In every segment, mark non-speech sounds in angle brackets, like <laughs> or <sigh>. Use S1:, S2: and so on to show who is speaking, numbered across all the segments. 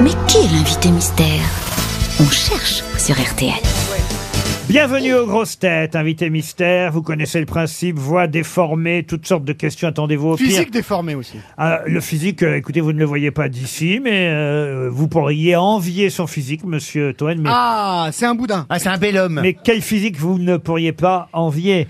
S1: Mais qui est l'invité mystère On cherche sur RTL.
S2: Bienvenue aux grosses têtes, invité mystère. Vous connaissez le principe, voix déformée, toutes sortes de questions. Attendez-vous au pire.
S3: Physique déformée aussi.
S2: Ah, le physique, euh, écoutez, vous ne le voyez pas d'ici, mais euh, vous pourriez envier son physique, monsieur Toen. Mais,
S3: Ah, c'est un boudin.
S4: Ah, c'est un bel homme.
S2: mais quel physique vous ne pourriez pas envier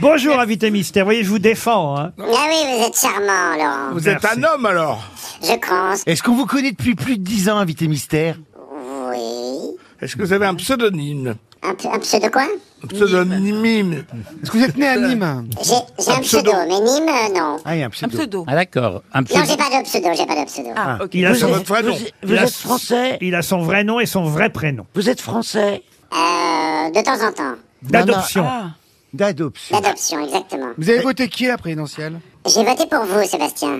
S2: Bonjour, invité mystère. Vous voyez, je vous défends. hein.
S5: Ah oui, vous êtes charmant, Laurent.
S6: Vous êtes
S2: Merci.
S6: un homme alors
S5: Je pense.
S4: <laughs> Est-ce qu'on vous connaît depuis plus de 10 ans, invité mystère
S5: Oui.
S6: Est-ce que vous avez un pseudonyme
S5: Un, p- un pseudo quoi
S6: Un pseudonyme
S3: Est-ce que vous êtes né à Nîmes
S5: J'ai j'ai un pseudo,
S6: pseudo.
S5: mais Nîmes, euh, non.
S4: Ah, il y a un pseudo.
S7: pseudo.
S8: Ah d'accord. Un
S5: Non,
S8: pseudo-
S5: j'ai pas de pseudo, j'ai pas de pseudo.
S7: Ah, ok.
S2: Il a
S6: C'est
S2: son,
S6: votre vrai nom.
S2: il a s- Il a son vrai nom et son vrai prénom.
S5: Euh, de temps en temps.
S2: Ah. D'adoption.
S3: Ah.
S4: D'adoption.
S5: D'adoption, exactement.
S3: Vous avez voté qui à la présidentielle
S5: J'ai voté pour vous, Sébastien.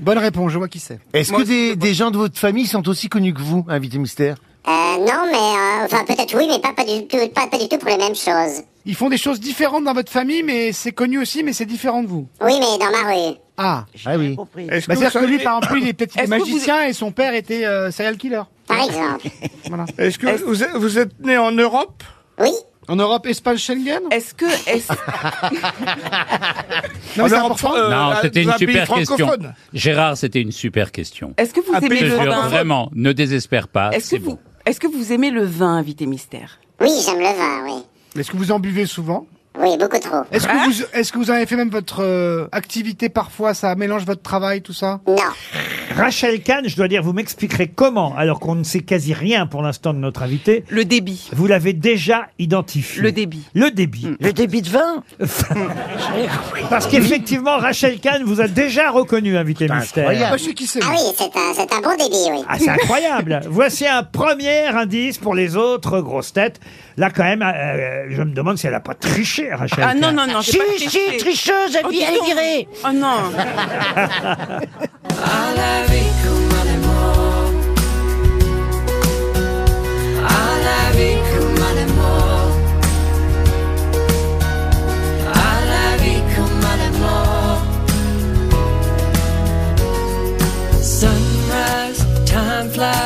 S3: Bonne réponse, je vois qui c'est.
S4: Est-ce que des, des gens de votre famille sont aussi connus que vous, invité mystère
S5: Euh, non, mais... euh, enfin, peut-être oui, mais pas, pas, du tout, pas, pas du tout pour les mêmes choses.
S3: Ils font des choses différentes dans votre famille, mais c'est connu aussi, mais c'est différent de vous.
S5: Oui, mais dans ma rue.
S3: Ah,
S4: Ah oui.
S6: Est-ce
S3: bah,
S6: vous
S3: c'est-à-dire que lui,
S6: savez-
S3: par exemple, lui, il est peut-être
S7: Est-ce que
S3: magicien et son père était euh, serial killer.
S5: Par exemple.
S6: Est-ce que vous êtes, vous êtes né en Europe
S5: Oui
S3: En Europe, Espagne, Schengen
S7: Est-ce que, est-ce,
S3: Non,
S6: En
S3: mais c'est
S6: Europe,
S3: important.
S6: euh,
S8: Non,
S6: dans
S8: c'était une
S6: un pays
S8: super question.
S6: francophone.
S8: Gérard, c'était une super question.
S7: est-ce que vous
S6: Ah,
S7: aimez
S8: Je
S6: mais
S7: le
S8: jure,
S6: Gérard.
S7: vin
S8: vraiment, ne désespère
S2: Ah,
S8: pas.
S7: Est-ce
S8: C'est
S7: que vous,
S8: bon.
S7: est-ce que vous aimez le vin, invité mystère
S5: Oui, j'aime le vin, oui.
S3: Est-ce que vous en buvez souvent
S5: Oui, beaucoup trop.
S3: Est-ce que, vous, est-ce que vous en avez fait même votre euh, activité parfois Ça mélange votre travail, tout ça
S5: Non.
S2: Rachel Kahn, je dois dire, vous m'expliquerez comment, alors qu'on ne sait quasi rien pour l'instant de notre invité.
S7: Le débit.
S2: Vous l'avez déjà identifié.
S7: Le débit.
S2: Le débit.
S4: Mm. Le débit de vin
S2: <laughs> Parce qu'effectivement, Rachel Kahn vous a déjà reconnu, invité mystère.
S3: Moi,
S4: Incroyable.
S3: je sais qui c'est.
S5: Ah oui, c'est un, c'est un bon débit, oui.
S2: Ah, c'est incroyable. Voici un premier indice pour les autres grosses têtes. Là, quand même, euh, je me demande si elle n'a pas triché, Rachel
S7: Ah non,
S2: Kahn.
S7: non, non, j'ai pas triché.
S4: tricheuse,
S7: Oh, dis donc. Oh non.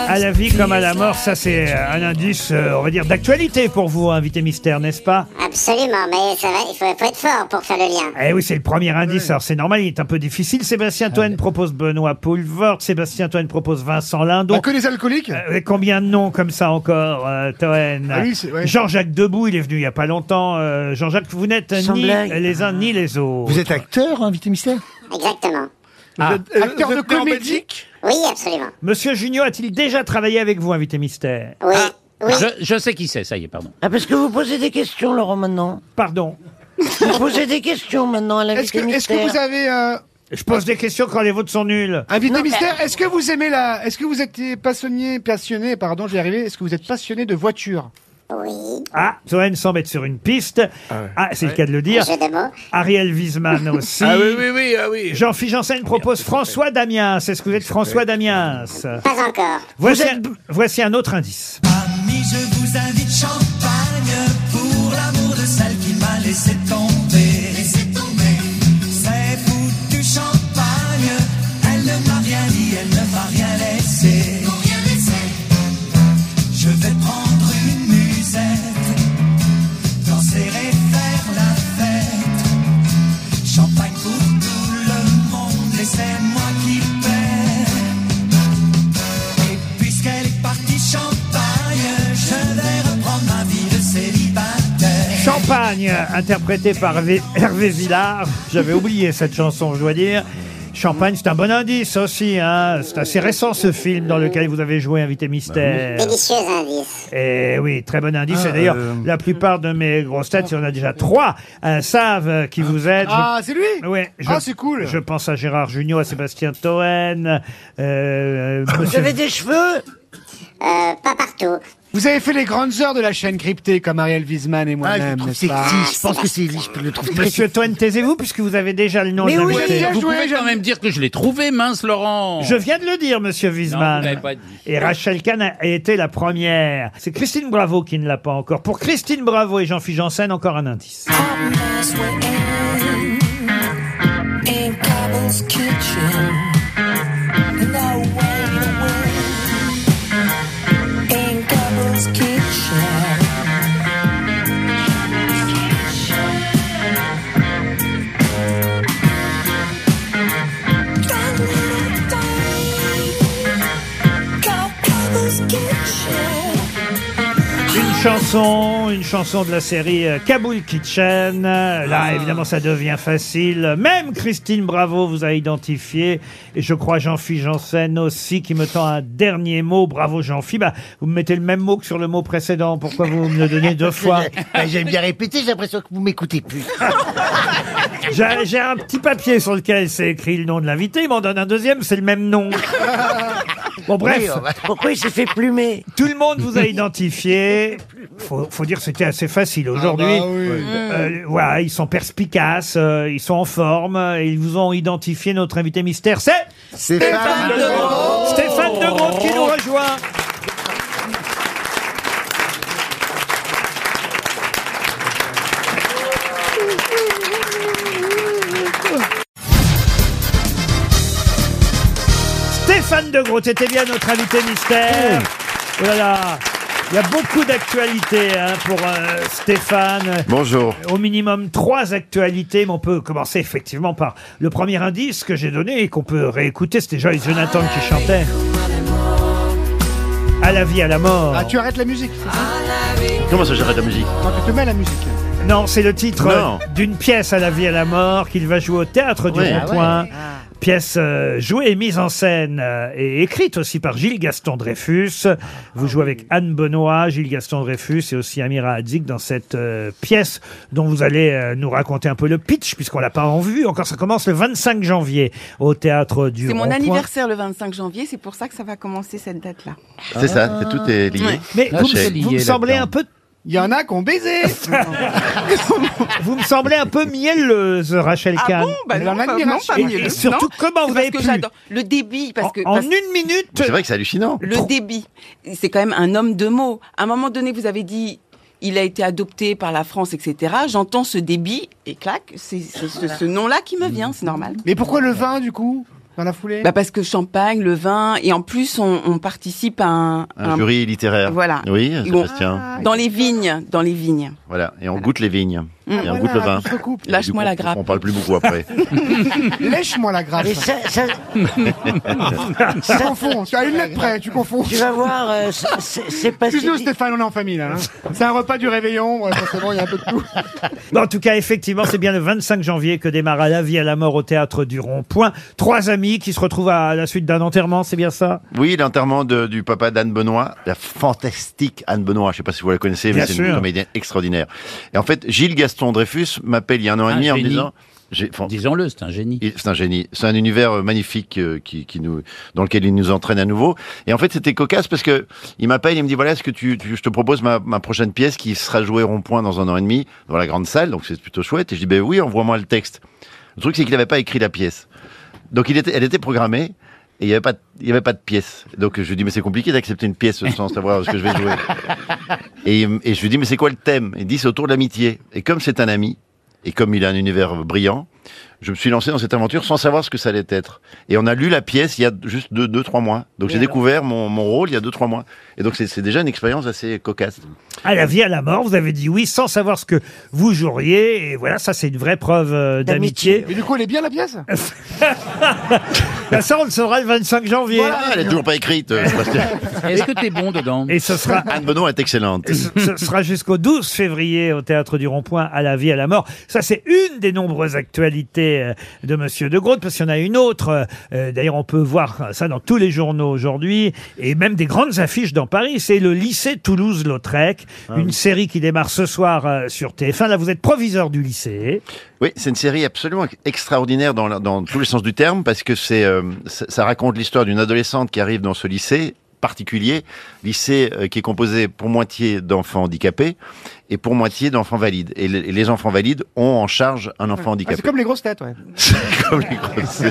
S2: À la vie comme à la mort, ça, c'est un indice, euh, on va dire, d'actualité pour vous, invité mystère, n'est-ce pas
S5: Absolument, mais ça va, il faut, faut être fort pour faire le lien.
S2: Eh oui, c'est le premier indice. Alors, c'est normal, il est un peu difficile. Sébastien Toine propose Benoît Poulvord. Sébastien Toine propose Vincent Lindon.
S3: Bah, que les alcooliques
S2: Euh, combien de noms comme ça encore, euh, Toen
S3: Ah oui, c'est- ouais.
S2: Jean-Jacques Debout, il est venu il y a pas longtemps. Euh, Jean-Jacques, vous n'êtes
S4: Sans
S2: ni
S4: blague. Ah.
S2: les uns ni les autres.
S4: Vous êtes acteur, invité mystère
S5: Exactement.
S8: Ah,
S6: Vous êtes- euh,
S3: Acteur
S6: vous
S3: de
S6: êtes né en
S3: comédie.
S6: Belgique
S5: Oui, absolument.
S2: Monsieur Junio a-t-il déjà travaillé avec vous, invité mystère
S5: Oui, Ah,
S4: Ah,
S5: oui.
S8: je, je sais qui c'est, ça y est, pardon.
S9: Ah, parce que vous posez des questions, Laurent, maintenant.
S2: Pardon.
S9: Vous posez des questions, maintenant, à
S3: Est-ce
S9: l'invité
S3: que, est-ce que
S9: mystère.
S3: vous avez... euh,
S2: Je pose des questions quand les vôtres sont nuls.
S3: Invité mystère, est-ce que vous aimez la, est-ce que vous êtes passionné, passionné, pardon, j'y arrivé, est-ce que vous êtes passionné de voitures
S5: Oui,
S2: Ah, Toen semble être sur une piste. Ah, c'est le cas de le dire.
S5: jeu de mots.
S2: Ariel Wiesman aussi.
S6: Ah oui, oui, oui, ah oui.
S2: Jean-Philippe Janssen propose François Damiens. Est-ce que vous êtes François Damiens
S5: Pas encore.
S2: voici, un, voici un autre indice.
S10: Amis, je vous invite champagne pour l'amour de celle qui m'a laissé tomber. Laissé tomber. C'est foutu champagne. Elle ne m'a rien dit, elle ne m'a rien laissé. rien laissé. Je vais prendre une musette, danser et faire la fête. Champagne pour tout le monde, et c'est moi qui paie. Et puisqu'elle est partie champagne, je vais reprendre ma vie de célibataire.
S2: Champagne, interprété par Hervé, Hervé Villard. J'avais oublié cette chanson, je dois dire. Champagne, c'est un bon indice aussi. Hein. C'est assez récent ce film dans lequel vous avez joué Invité Mystère.
S9: Bah
S5: Délicieux indice.
S2: Et oui, très bon
S3: Ah,
S2: indice. Et d'ailleurs,
S3: euh,
S2: la plupart de mes grosses têtes, il y en a déjà trois, euh, savent qui vous êtes. Je-
S3: Ah, c'est lui
S2: Ouais, je-
S3: Ah, c'est cool
S2: Je pense à Gérard Junior, à Sébastien Toen, euh,
S9: Vous
S2: monsieur-
S9: avez des cheveux
S5: Euh, pas partout.
S3: Vous avez fait les grandes heures de la chaîne cryptée comme Ariel Wiesman
S4: Ah, je
S3: et
S4: le
S3: moi-même,
S4: trouve
S3: n'est-ce
S4: sexy.
S3: pas
S4: Je pense que c'est. Je le trouve très
S2: Monsieur Toen, taisez-vous puisque vous avez déjà le nom
S9: Mais
S2: de
S9: oui,
S2: l'invité.
S3: Bien
S8: Vous
S3: joué,
S8: pouvez
S3: Jeanne.
S8: quand même dire que je l'ai trouvé, mince Laurent.
S2: Je viens de le dire, monsieur
S8: Non,
S2: Wiesmann.
S8: vous l'avez pas dit.
S2: Et Rachel Kahn a été la première. C'est Christine Bravo qui ne l'a pas encore. Pour Christine Bravo et Jean-Philippe Janssen, encore un indice.
S10: In Cabin's kitchen,
S2: chanson, une chanson de la série euh, Kaboul Kitchen. Euh,
S8: Ah.
S2: Là, évidemment, ça devient facile. Même Christine Bravo vous a identifié. Et je crois Jean-Philippe Janssen aussi qui me tend un dernier mot. Bravo Jean-Philippe. Bah, vous me mettez le même mot que sur le mot précédent. Pourquoi vous me le donnez
S8: <laughs>
S2: deux fois
S4: Ah, J'aime bien répéter, j'ai l'impression que vous m'écoutez plus.
S2: J'ai j'ai un petit papier sur lequel c'est écrit le nom de l'invité. Il m'en donne un deuxième, c'est le même
S4: <laughs>
S2: nom. Bon, bref.
S4: Oui, on va-
S9: Pourquoi il s'est fait plumer
S2: Tout le monde vous a identifié. Faut, faut dire que c'était assez facile Ah, aujourd'hui.
S4: Ah, bah,
S2: bah Euh, voilà, ils sont perspicaces, euh, ils sont en forme, euh, et ils vous ont identifié. Notre invité mystère, c'est
S4: C'est pas
S2: Stéphane De Groot qui nous rejoint. Stéphane De Groot était bien notre invité mystère. Oh là là, il y a beaucoup d'actualités hein, pour euh, Stéphane.
S11: Bonjour.
S2: Au minimum trois actualités, mais on peut commencer effectivement par le premier indice que j'ai donné et qu'on peut réécouter. C'était Joyce Jonathan qui chantait. À la vie, à la mort.
S3: Ah, tu arrêtes la musique. c'est ça
S11: Comment ça j'arrête la musique
S3: Non, tu te mets à la musique.
S2: Non, c'est le titre
S11: Non.
S2: euh, d'une pièce à la vie, à la mort qu'il va jouer au théâtre du
S4: Ouais, ah
S2: Rond-Point. Pièce euh, jouée et mise en scène euh, et écrite aussi par Gilles Gaston Dreyfus. Vous jouez avec Anne Benoît, Gilles Gaston Dreyfus et aussi Amira Hadzik dans cette euh, pièce dont vous allez euh, nous raconter un peu le pitch puisqu'on l'a pas en vue. Encore, ça commence le 25 janvier au théâtre du
S7: C'est mon
S2: Rond-Point.
S7: anniversaire le 25 janvier, c'est pour ça que ça va commencer cette date-là.
S11: C'est ça, c'est- tout est lié.
S7: Ouais.
S2: Mais
S8: Ah,
S2: vous,
S8: c'est
S2: me- vous
S8: lié
S2: me semblez
S8: là-dedans.
S2: un peu
S3: Il y en a qui ont baisé.
S2: vous me semblez un peu mielleuse, Rachel
S7: Ah
S2: Kahn.
S7: bon Bah
S3: Mais dans
S7: non, pas, non,
S3: l'admiration.
S7: pas
S2: Et-
S7: mieux.
S2: et surtout,
S7: Non,
S2: comment vous
S7: c'est parce
S2: avez
S7: que
S2: pu
S7: j'adore le débit parce que
S2: en, en
S7: parce-
S2: une minute,
S11: C'est vrai que c'est hallucinant.
S7: le débit, c'est quand même un homme de mots. À un moment donné, vous avez dit il a été adopté par la France, etc. J'entends ce débit et clac, c'est c'est ce, ce nom-là qui me vient, c'est normal.
S3: Mais pourquoi le vin, du coup, dans la foulée
S7: Bah parce que champagne, le vin, et en plus on, on participe à un,
S11: Un
S7: un-
S11: jury littéraire.
S7: Voilà.
S11: Oui,
S7: Ils vont-
S3: Ah,
S11: Sébastien.
S7: dans les vignes, dans les vignes.
S11: Voilà. Et on goûte les vignes. Et on
S3: Voilà,
S11: goûte le vin.
S3: tout se recoupe.
S7: Lâche-moi
S11: Du coup,
S7: la grappe.
S11: On parle plus beaucoup après.
S3: Lèche-moi la grappe.
S9: Et ça, ça-
S3: Tu confonds. Tu as une lettre près, tu confonds.
S9: tu vas voir, euh, c'est- c'est c'est pas si-
S3: Excuse-nous, Stéphane, on est en famille, là. hein. C'est un repas du réveillon. Ouais, forcément, il y a un peu de tout.
S2: Mais en tout cas, effectivement, c'est bien le 25 janvier que démarre à la vie à la mort au théâtre du Rond-Point. Trois amis qui se retrouvent à la suite d'un enterrement, c'est bien ça
S11: Oui, l'enterrement de- du papa d'Anne Benoît, la fantastique Anne Benoît. Je sais pas si vous la connaissez,
S2: Bien
S11: mais c'est une
S2: sûr.
S11: comédienne extraordinaire. Et en fait, Gilles Gaston Dreyfus m'appelle il y a un an et
S2: Ah,
S8: Un
S11: demi en me
S8: génie.
S11: disant. j'ai- enfin,
S8: Disons-le, c'est un génie.
S11: Il- C'est un génie. C'est un univers euh, magnifique euh, qui, qui nous, dans lequel il nous entraîne à nouveau. Et en fait, c'était cocasse parce que il m'appelle, il me dit voilà, est-ce que tu, tu- je te propose ma, ma prochaine pièce qui sera jouée rond-point dans un an et demi dans la grande salle, donc c'est plutôt chouette. Et je dis ben oui, envoie-moi le texte. Le truc c'est qu'il n'avait pas écrit la pièce, donc il était, elle était programmée. Et il n'y avait, pas de- il y avait pas de pièce. Donc je lui dis, mais c'est compliqué d'accepter une pièce sans savoir ce que je vais jouer. Et, il me- et je lui dis, mais c'est quoi le thème Il dit, c'est autour de l'amitié. Et comme c'est un ami, et comme il a un univers brillant, je me suis lancé dans cette aventure sans savoir ce que ça allait être. Et on a lu la pièce il y a juste deux, deux trois mois. Donc j'ai découvert mon, mon rôle il y a deux, trois mois. Et donc c'est c'est déjà une expérience assez cocasse.
S2: À la vie à la mort, vous avez dit oui sans savoir ce que vous joueriez. Et voilà, ça, c'est une vraie preuve euh, d'amitié.
S3: Et du coup, elle est bien, la pièce
S2: Ben, ça, on le saura le 25 janvier.
S11: Voilà, elle est toujours pas écrite. euh, Sébastien.
S8: Est-ce que t'es bon dedans
S2: Et ce sera
S11: Anne Benoît est excellente.
S2: Et ce ce sera jusqu'au 12 février au Théâtre du Rond-Point à la vie, à la mort. Ça, c'est une des nombreuses actualités euh, de Monsieur De Groot, parce qu'il y en a une autre. Euh, D'ailleurs, on peut voir ça dans tous les journaux aujourd'hui, et même des grandes affiches dans Paris. C'est le lycée Toulouse-Lautrec, une série qui démarre ce soir euh, sur TF1. Là, vous êtes proviseur du lycée.
S11: Oui, c'est une série absolument extraordinaire dans, la- dans tous les sens du terme parce que c'est euh, ça, ça raconte l'histoire d'une adolescente qui arrive dans ce lycée particulier, lycée euh, qui est composé pour moitié d'enfants handicapés et pour moitié d'enfants valides. Et, le- et les enfants valides ont en charge un enfant
S3: Ah, C'est
S11: handicapé.
S3: comme les grosses têtes, ouais.
S11: C'est <laughs> comme les grosses.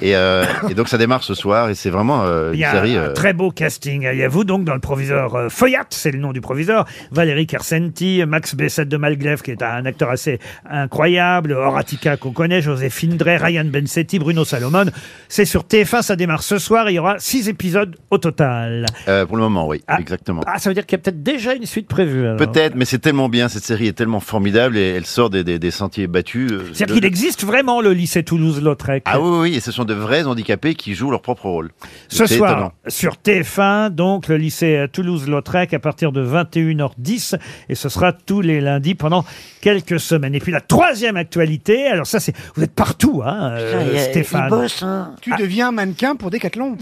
S11: et, euh, et donc ça démarre ce soir et c'est vraiment euh,
S2: Il
S11: une
S2: y a
S11: série.
S2: un
S11: euh,
S2: très beau casting. hein. Il y a vous donc dans le proviseur euh, Feuillat, c'est le nom du proviseur, Valérie Kersenti, Max Bessette de Malglaive qui est un acteur assez incroyable, Horatica qu'on connaît, Joséphine Drey, Ryan Bensetti, Bruno Salomon. C'est sur TF1, ça démarre ce soir, et il y aura six épisodes au total.
S11: euh, pour le moment, oui,
S2: Ah.
S11: exactement.
S2: Ah, ça veut dire qu'il y a peut-être déjà une suite prévue. alors.
S11: Peut-être, fait, mais c'est tellement bien, cette série est tellement formidable et elle sort des, des- des sentiers battus. euh,
S2: C'est-à-dire
S11: de-
S2: qu'il existe vraiment le lycée Toulouse-Lautrec.
S11: Ah oui, oui, oui, et ce sont de vrais handicapés qui jouent leur propre rôle.
S2: Ce
S11: C'est
S2: soir,
S11: étonnant.
S2: sur TF1, donc le lycée euh, Toulouse-Lautrec à partir de 21h10 et ce sera tous les lundis pendant quelques semaines. Et puis la troisième actualité, alors ça c'est, vous êtes partout, hein, euh,
S9: Putain, Ah, il y a- il
S2: Stéphane.
S9: bosse, hein.
S3: Tu deviens mannequin pour Décathlon.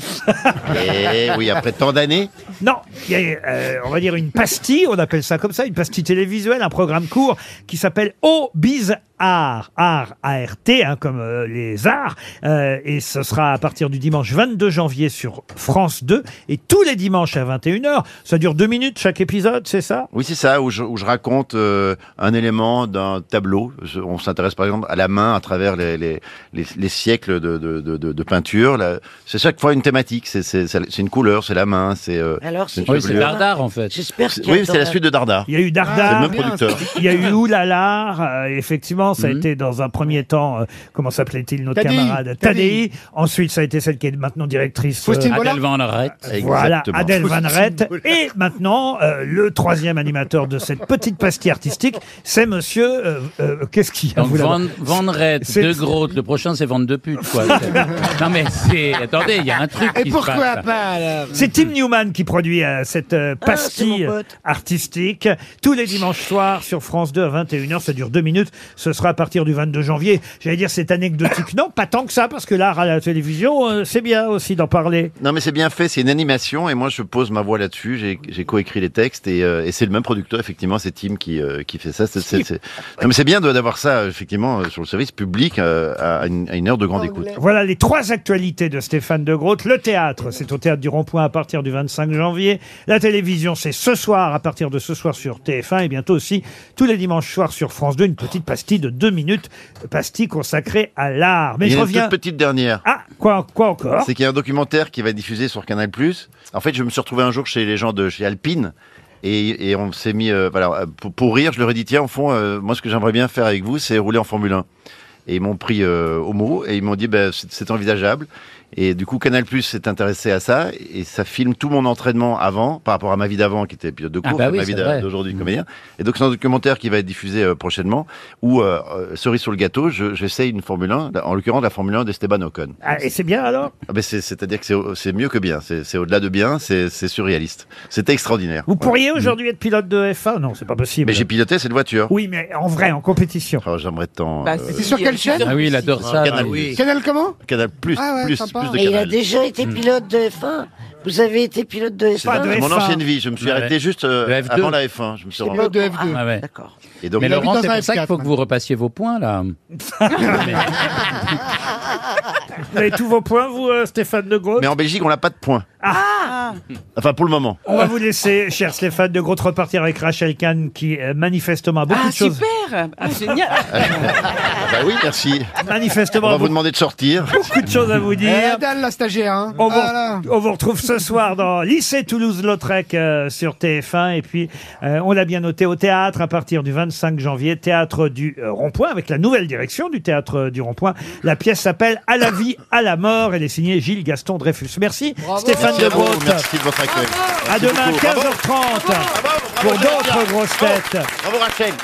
S11: Eh oui, après tant d'années.
S2: Non, il y a, euh, on va dire une pastille, on appelle ça comme ça, une pastille télévisuelle, un programme court qui s'appelle Oh Biz Art, art A-R-T, hein, comme euh, les arts, Euh, et ce sera à partir du dimanche 22 janvier sur France 2, et tous les dimanches à 21h, ça dure deux minutes chaque épisode, c'est ça
S11: Oui, c'est ça, où je, où je raconte euh, un élément d'un tableau. Je- On s'intéresse par exemple à la main à travers les, les, les- les siècles de, de, de- de- de peinture. là. C'est chaque fois une thématique, c'est c'est- c'est une couleur, c'est la main, c'est... euh,
S9: Alors,
S11: c'est une
S8: Oui, c'est
S11: chevelure.
S8: Dardar en fait.
S9: J'espère qu'il y a
S11: Oui,
S9: dans
S11: c'est la suite de Dardar.
S2: Il y a eu
S11: C'est le
S2: Dardar,
S11: même Mhm. producteur.
S2: il y a eu Oulalar, euh, effectivement, ça a été dans un premier temps, euh, comment s'appelait-il notre
S3: Tadei,
S2: camarade
S3: Tadei.
S2: Tadei. Ensuite, ça a été celle qui est maintenant directrice. euh,
S3: Faustine Bollard.
S8: Adèle Van Arrête.
S2: Voilà,
S11: Exactement.
S2: Adèle Van Rett. Et maintenant, euh, le troisième animateur de cette petite pastille artistique, c'est monsieur... euh, euh, Qu'est-ce qu'il y a
S8: Donc
S2: vous, là-bas
S8: Van, Van Rett,
S2: C'est-
S8: De Groot, le prochain c'est Van de pute quoi. non mais c'est... Attendez, il y a un truc
S3: Et
S8: qui se
S3: pourquoi
S8: passe.
S3: pas alors
S2: C'est Tim Newman qui produit euh, cette euh, pastille
S9: Ah, c'est mon pote.
S2: artistique tous les dimanches soirs sur France 2 à 21h. Ça dure deux minutes. Ce sera à partir du 22 janvier. J'allais dire c'est anecdotique. Non, pas tant que ça parce que l'art à la télévision, euh, c'est bien aussi d'en parler.
S11: Non, mais c'est bien fait, c'est une animation et moi je pose ma voix là-dessus. J'ai- J'ai coécrit les textes et, euh, et c'est le même producteur, effectivement, c'est Tim qui, euh, qui fait ça. C'est- c'est- c'est- Non, mais c'est bien de- d'avoir ça, effectivement, euh, sur le service public euh, à, une, à une heure de
S2: Oh,
S11: grande écoute.
S2: Voilà les trois actualités de Stéphane de Groot. Le théâtre, c'est au théâtre du Rond-Point à partir du 25 janvier. La télévision, c'est ce soir, à partir de ce soir sur TF1 et bientôt aussi tous les dimanches soirs sur France 2, une petite pastille de deux minutes, pastille consacrée à l'art. Mais
S11: Il y
S2: je
S11: a une
S2: reviens.
S11: toute petite dernière.
S2: Ah, quoi, quoi encore
S11: C'est qu'il y a un documentaire qui va être diffusé sur Canal+. En fait, je me suis retrouvé un jour chez les gens de chez Alpine. Et, et on s'est mis, euh, voilà, pour, pour rire, je leur ai dit, tiens, au fond, euh, moi, ce que j'aimerais bien faire avec vous, c'est rouler en Formule 1. Et ils m'ont pris euh, au mot et ils m'ont dit, ben, c'est c'est envisageable. Et du coup, Canal s'est intéressé à ça et ça filme tout mon entraînement avant, par rapport à ma vie d'avant, qui était pilote de
S8: Ah
S11: course,
S8: bah
S11: et
S8: oui,
S11: ma
S8: c'est
S11: vie
S8: vrai.
S11: d'a- d'aujourd'hui, comédien. Et donc, c'est un documentaire qui va être diffusé euh, prochainement où, euh, euh, cerise sur le gâteau, je- j'essaye une Formule 1, en l'occurrence la Formule 1 d'Esteban Ocon.
S2: Ah, Et c'est bien alors
S11: Ah ben, c'est- C'est-à-dire que c'est au- c'est mieux que bien, c'est c'est au-delà de bien, c'est c'est surréaliste. C'était extraordinaire.
S2: Vous
S11: Voilà.
S2: pourriez aujourd'hui être pilote de F1 Non, c'est pas possible.
S11: Mais j'ai piloté cette voiture.
S2: Oui, mais en vrai, en compétition.
S11: Oh, J'aimerais tant.
S7: Bah,
S11: euh,
S7: si,
S3: C'est sur
S7: il y a
S3: quelle
S7: une
S3: chaîne
S8: Ah oui, il adore ça.
S11: Canal+.
S8: oui.
S3: Canal comment
S11: Canal plus,
S3: Ah ouais,
S11: plus,
S3: sympa.
S11: plus de
S9: Mais il a
S11: Canal.
S9: déjà été pilote de F1. Vous avez été pilote de F1.
S2: Pas de
S11: Mon
S2: F1.
S11: ancienne vie, je me suis
S8: Ouais.
S11: arrêté juste euh,
S8: Le F2.
S11: avant la F1. Je me suis
S9: C'est
S11: rendu-
S9: pas
S3: Pilote de
S9: con-
S3: F2.
S9: Ah,
S8: Ah ouais.
S9: D'accord.
S11: Et donc,
S8: Mais
S3: Il habite
S8: Laurent,
S3: dans
S8: c'est
S3: un hein.
S8: pour ça qu'il
S3: F4,
S8: faut que vous repassiez vos points là.
S2: Vous avez tous vos points, vous, euh, Stéphane de Groot
S11: Mais en Belgique, on n'a pas de points. <laughs> Enfin, pour le moment.
S2: On va vous laisser, cher Stéphane de Groot, repartir avec Rachel Kahn, qui euh, manifestement a beaucoup
S7: Ah
S2: de choses.
S7: super Ah génial
S11: Ah bah oui, merci. On
S2: Manifestement,
S11: va
S2: a
S11: vous
S2: beaucoup,
S11: demander de sortir.
S2: beaucoup de choses à vous
S3: Eh, la
S2: dire.
S3: dalle, la stagiaire. Hein.
S2: On vous,
S3: Ah, là.
S2: on vous retrouve ce soir dans Lycée Toulouse-Lautrec euh, sur TF1. Et puis, euh, on l'a bien noté au théâtre à partir du 25 janvier, théâtre du euh, Rond-Point, avec la nouvelle direction du théâtre euh, du Rond-Point. La pièce s'appelle À la vie, à la mort. Elle est signée Gilles Gaston Dreyfus. Merci Stéphane
S11: Merci
S2: de
S11: à vous,
S2: Groot.
S11: merci de votre accueil.
S2: À
S11: Merci
S2: demain,
S11: beaucoup. Bravo,
S2: 15h30,
S11: bravo, bravo,
S2: pour
S11: Jean-Pierre.
S2: d'autres grosses têtes.
S11: Bravo, Rachel.